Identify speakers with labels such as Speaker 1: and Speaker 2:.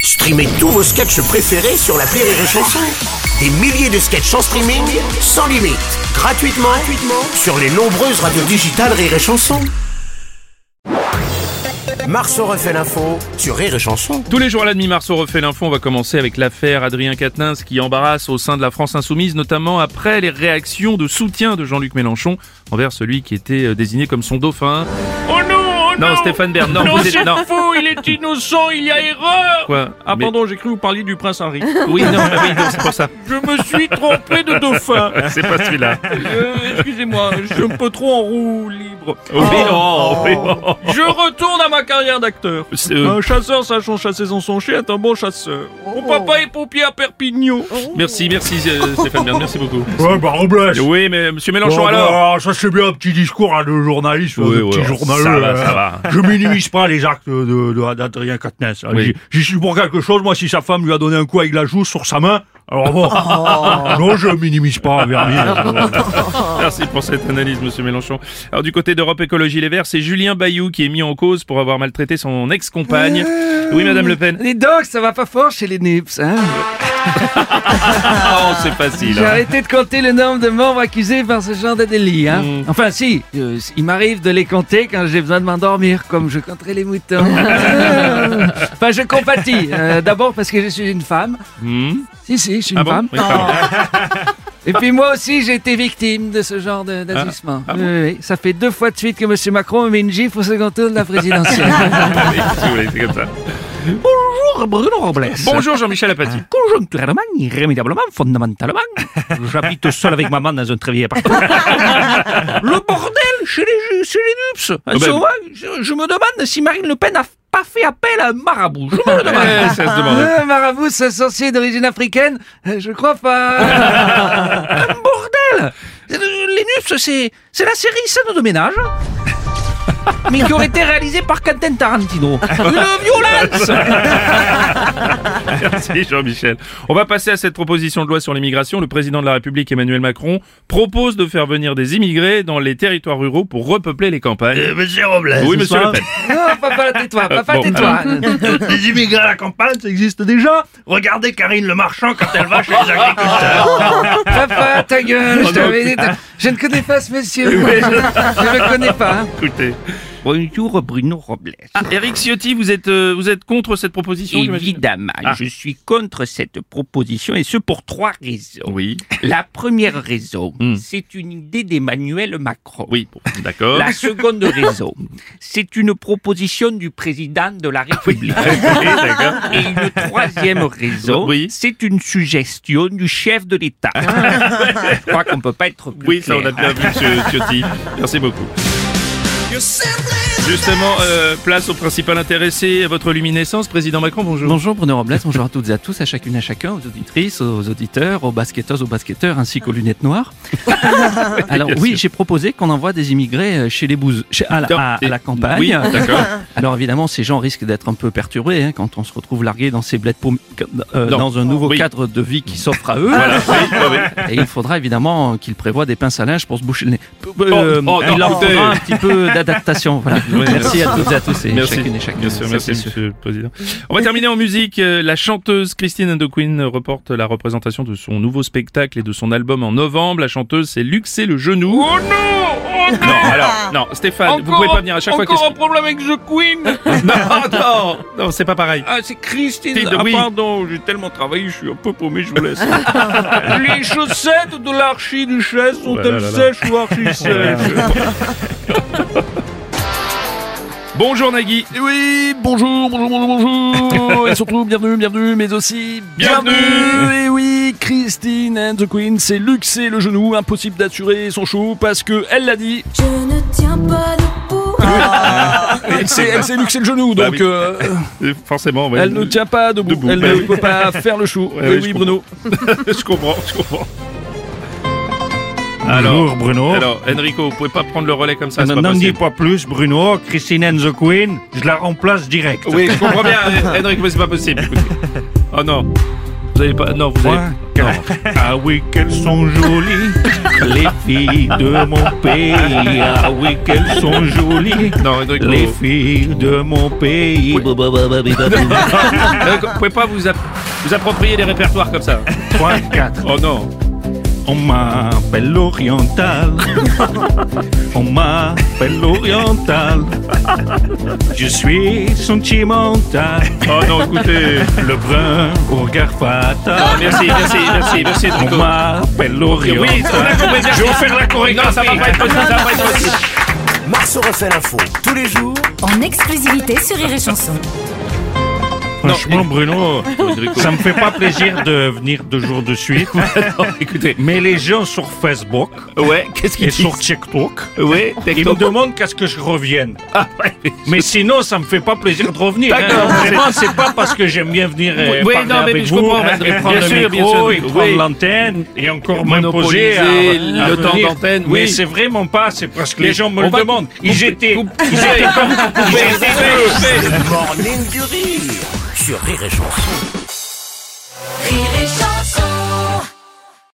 Speaker 1: Streamez tous vos sketchs préférés sur la Rire et Chanson. Des milliers de sketchs en streaming, sans limite, gratuitement, gratuitement sur les nombreuses radios digitales Rire et Chanson. Marceau refait l'info sur Rire et Chanson.
Speaker 2: Tous les jours à la demi-mars, on refait l'info. On va commencer avec l'affaire Adrien Quatennens qui embarrasse au sein de la France Insoumise, notamment après les réactions de soutien de Jean-Luc Mélenchon envers celui qui était euh, désigné comme son dauphin.
Speaker 3: Oh non, oh
Speaker 2: Non,
Speaker 3: non
Speaker 2: Stéphane Bern, non,
Speaker 3: Non,
Speaker 2: vous êtes-
Speaker 3: c'est
Speaker 2: non.
Speaker 3: faux, il est innocent, il y a erreur
Speaker 2: Quoi
Speaker 3: Ah
Speaker 2: Mais-
Speaker 3: pardon, j'ai cru que vous parliez du prince Henri.
Speaker 2: Oui, non, bah oui, non, c'est pour ça.
Speaker 3: Je me suis trompé de dauphin.
Speaker 2: C'est pas celui-là.
Speaker 3: Euh, Excusez-moi, je suis un peu trop en roue libre.
Speaker 2: Oui, oh, oui, oh.
Speaker 3: Je retourne à ma carrière d'acteur.
Speaker 2: C'est, euh,
Speaker 3: Un chasseur sachant chasser son son chien est un bon chasseur. Mon papa est pompier à Perpignan.
Speaker 2: Merci, merci euh, Stéphane Bern, merci beaucoup.
Speaker 4: Ouais, bah, Robles.
Speaker 2: Oui, mais euh, monsieur
Speaker 4: Bon,
Speaker 2: Mélenchon
Speaker 4: bah,
Speaker 2: alors
Speaker 4: alors, ça c'est bien un petit discours hein, de journaliste,
Speaker 2: Oui,
Speaker 4: de
Speaker 2: oui,
Speaker 4: petit
Speaker 2: alors,
Speaker 4: journaleux.
Speaker 2: ça va,
Speaker 4: euh,
Speaker 2: ça va.
Speaker 4: Je minimise pas les actes de- de- d'Adrien Quatennens. hein.
Speaker 2: Oui.
Speaker 4: J'y- J'y suis pour quelque chose, moi si sa femme lui a donné un coup avec la joue sur sa main, alors bon, non je minimise pas, Vermin.
Speaker 2: Merci pour cette analyse, monsieur Mélenchon. Alors, du côté d'Europe Écologie Les Verts, c'est Julien Bayou qui est mis en cause pour avoir maltraité son ex-compagne. Oui, madame Le Pen.
Speaker 5: Les dogs, ça va pas fort chez les NIPS, hein
Speaker 2: Ah, oh, c'est facile.
Speaker 5: J'ai
Speaker 2: hein.
Speaker 5: arrêté de compter le nombre de membres accusés par ce genre de délit, hein
Speaker 2: Mm.
Speaker 5: Enfin, si, euh, il m'arrive de les compter quand j'ai besoin de m'endormir, comme je compterai les moutons. enfin, je compatis. euh, D'abord parce que je suis une femme.
Speaker 2: Hmm.
Speaker 5: Si, si, je suis une
Speaker 2: Ah bon
Speaker 5: femme.
Speaker 2: Oui, pardon.
Speaker 5: Et puis moi aussi, j'ai été victime de ce genre de- d'agissement.
Speaker 2: Ah bon
Speaker 5: Oui, oui, Ça fait deux fois de suite que M. Macron me met une gifle au second tour de la présidentielle.
Speaker 2: Oui, hein, si vous voulez, c'est comme ça.
Speaker 6: Bonjour Bruno Robles.
Speaker 2: Bonjour Jean-Michel Apathy.
Speaker 6: Conjoncturellement, irrémédiablement, fondamentalement, j'habite seul avec maman dans un trévier appartement. Le bordel chez les, chez les dupes. En
Speaker 2: Oh ben-
Speaker 6: ce moment, je, je me demande si Marine Le Pen n'a pas fait appel à un marabout. Je me le demande.
Speaker 2: Eh, ça se demandait.
Speaker 5: Euh, marabout, ce sorcier d'origine africaine, euh, je crois pas.
Speaker 6: Un bordel Euh, Les Nupes, c'est, c'est la série Scène de ménage. Mais qui aurait été réalisée par Quentin Tarantino. Une violence
Speaker 2: Merci Jean-Michel. On va passer à cette proposition de loi sur l'immigration. Le président de la République Emmanuel Macron propose de faire venir des immigrés dans les territoires ruraux pour repeupler les campagnes.
Speaker 4: Monsieur Robles,
Speaker 2: Oui,
Speaker 4: c'est
Speaker 2: monsieur
Speaker 4: ça
Speaker 2: Le Pen.
Speaker 5: non, papa, tais-toi, papa,
Speaker 2: Euh, bon,
Speaker 5: tais-toi.
Speaker 4: Les immigrés à la campagne, ça existe déjà. Regardez Karine le Marchand quand elle va chez les agriculteurs.
Speaker 5: Papa, ta gueule, je
Speaker 2: Oh,
Speaker 5: t'avais dit. ta- Je ne connais pas ce monsieur. je ne le connais pas. hein.
Speaker 2: Écoutez.
Speaker 6: Bonjour Bruno Robles.
Speaker 2: Ah, Eric Ciotti, vous êtes, euh, vous êtes contre cette proposition j'imagine
Speaker 6: Évidemment,
Speaker 2: Ah.
Speaker 6: je suis contre cette proposition et ce pour trois raisons.
Speaker 2: Oui.
Speaker 6: La première raison,
Speaker 2: Hmm.
Speaker 6: c'est une idée d'Emmanuel Macron.
Speaker 2: Oui, Oh. bon, d'accord.
Speaker 6: La seconde raison, c'est une proposition du président de la République.
Speaker 2: Ah Oui, d'accord.
Speaker 6: Et une troisième raison,
Speaker 2: Oui.
Speaker 6: c'est une suggestion du chef de l'État. Je crois qu'on peut pas être plus
Speaker 2: Ah. Oui, ça on a
Speaker 6: clair.
Speaker 2: bien vu, monsieur Ciotti. Merci beaucoup. Justement, euh, place au principal intéressé, à votre luminescence, président Macron, bonjour.
Speaker 7: Bonjour Bruno Robles, bonjour à toutes et à tous, à chacune et à chacun, aux auditrices, aux auditeurs, aux basketteuses, aux basketteurs, ainsi qu'aux lunettes noires. Alors
Speaker 2: Bien
Speaker 7: oui,
Speaker 2: sûr.
Speaker 7: j'ai proposé qu'on envoie des immigrés euh, chez les bouses, chez- à, la,
Speaker 2: Ah,
Speaker 7: à- à la campagne.
Speaker 2: Oui, d'accord.
Speaker 7: Alors évidemment, ces gens risquent d'être un peu perturbés hein, quand on se retrouve largué dans ces bleds paum- euh,
Speaker 2: Non.
Speaker 7: dans un nouveau
Speaker 2: Oui.
Speaker 7: cadre de vie qui s'offre à eux.
Speaker 2: Voilà, oui, oui, oui.
Speaker 7: Et il faudra évidemment qu'ils prévoient des pinces à linge pour se boucher le nez.
Speaker 2: oh, non,
Speaker 7: il leur
Speaker 2: écoutez.
Speaker 7: faudra un petit peu d'adaptation. voilà.
Speaker 2: Oui,
Speaker 7: Merci à toutes et à tous et
Speaker 2: Merci.
Speaker 7: chacune et chacun.
Speaker 2: Bien sûr,
Speaker 7: Ça,
Speaker 2: merci
Speaker 7: c'est sûr.
Speaker 2: Monsieur le Président. On va terminer en musique. Euh, La chanteuse Christine Andoquin reporte la représentation de son nouveau spectacle et de son album en novembre. La chanteuse, c'est Luxé le genou.
Speaker 3: Oh non oh
Speaker 2: Non, alors, non, Stéphane, vous
Speaker 3: Encore
Speaker 2: pouvez
Speaker 3: un-
Speaker 2: pas venir à chaque fois.
Speaker 3: Encore un
Speaker 2: qu'est-ce-
Speaker 3: problème avec The Queen
Speaker 2: Non, non, non, c'est pas pareil.
Speaker 3: Ah, c'est Christine.
Speaker 2: Christine,
Speaker 3: Ah,
Speaker 2: oui.
Speaker 3: pardon, j'ai tellement travaillé, je suis un peu paumé, je vous laisse. Les chaussettes de l'archiduchesse
Speaker 2: là là
Speaker 3: sont-elles
Speaker 2: là.
Speaker 3: sèches ou archi-sèches
Speaker 2: Bonjour Nagui.
Speaker 7: Et Eh oui, bonjour, bonjour, bonjour, bonjour, et surtout bienvenue, bienvenue, mais aussi
Speaker 2: Bienvenue.
Speaker 7: Et oui, Christine and the Queen, c'est luxé le genou, impossible d'assurer son show parce que elle l'a dit,
Speaker 2: Ah
Speaker 8: Je ne tiens pas debout.
Speaker 7: elle s'est elle s'est luxé le genou,
Speaker 2: Bah
Speaker 7: donc
Speaker 2: oui.
Speaker 7: euh,
Speaker 2: Euh, Forcément, ouais.
Speaker 7: elle ne tient pas debout,
Speaker 2: Debout,
Speaker 7: elle
Speaker 2: bah
Speaker 7: ne
Speaker 2: oui.
Speaker 7: peut pas faire le show.
Speaker 2: Ouais,
Speaker 7: Et
Speaker 2: ouais, je
Speaker 7: oui,
Speaker 2: comprends.
Speaker 7: Bruno.
Speaker 2: je comprends, je comprends.
Speaker 4: Bonjour Bruno.
Speaker 2: Alors, Enrico, vous pouvez pas prendre le relais comme ça, c'est
Speaker 4: Non,
Speaker 2: pas
Speaker 4: N'en dis
Speaker 2: possible.
Speaker 4: pas plus, Bruno. Christine and the Queen, je la remplace direct.
Speaker 2: Oui, je comprends bien, Enrico, mais c'est pas possible. Écoutez. Oh non. Vous avez pas. Non, vous avez.
Speaker 4: Point, Ah oui, qu'elles sont jolies, les filles de mon pays. Ah oui, qu'elles sont jolies,
Speaker 2: Non, donc,
Speaker 4: les
Speaker 2: vous-
Speaker 4: filles de mon pays.
Speaker 2: donc, vous pouvez pas vous, app- vous approprier des répertoires comme ça.
Speaker 4: 3, 4.
Speaker 2: Oh non.
Speaker 4: On m'appelle l'oriental. On m'appelle l'oriental. Je suis sentimental.
Speaker 2: Oh non, écoutez. Ah,
Speaker 4: Le brun au regard fatal.
Speaker 2: Merci, merci, merci, merci.
Speaker 4: On
Speaker 2: Druco.
Speaker 4: m'appelle l'oriental.
Speaker 2: Oui, on a compris. Je vais vous faire la correction. Non, ça va pas être possible, ça va pas être possible.
Speaker 1: Marceau refait l'info tous les jours
Speaker 8: En exclusivité sur Rire et Chanson.
Speaker 4: Franchement, Bruno, ça me fait pas plaisir de venir deux jours de suite.
Speaker 2: Écoutez,
Speaker 4: Mais les gens sur Facebook
Speaker 2: ouais, qu'est-ce
Speaker 4: et
Speaker 2: qu'il dit
Speaker 4: sur TikTok,
Speaker 2: Ouais,
Speaker 4: ils me
Speaker 2: TikTok. Ah,
Speaker 4: demandent qu'à ce que je revienne. Mais sinon, ça me fait pas plaisir de revenir.
Speaker 2: D'accord.
Speaker 4: hein. Vraiment, c'est pas parce que j'aime bien venir euh,
Speaker 2: Oui,
Speaker 4: parler
Speaker 2: non, mais
Speaker 4: avec
Speaker 2: je
Speaker 4: vous, hein,
Speaker 2: comprends, mais
Speaker 4: et
Speaker 2: de
Speaker 4: prendre
Speaker 2: prendre
Speaker 4: le
Speaker 2: le
Speaker 4: micro,
Speaker 2: micro,
Speaker 4: et prendre
Speaker 2: oui.
Speaker 4: l'antenne, et encore m'imposer
Speaker 2: Monopoliser
Speaker 4: à, à
Speaker 2: le temps
Speaker 4: venir.
Speaker 2: d'antenne,
Speaker 4: Mais
Speaker 2: oui.
Speaker 4: c'est vraiment pas, c'est parce que les gens me
Speaker 2: on
Speaker 4: le
Speaker 2: va-
Speaker 4: demandent. Ils étaient...
Speaker 2: Vous avez- vous avez-
Speaker 1: Le Morning du Rire sur Rire et Chanson.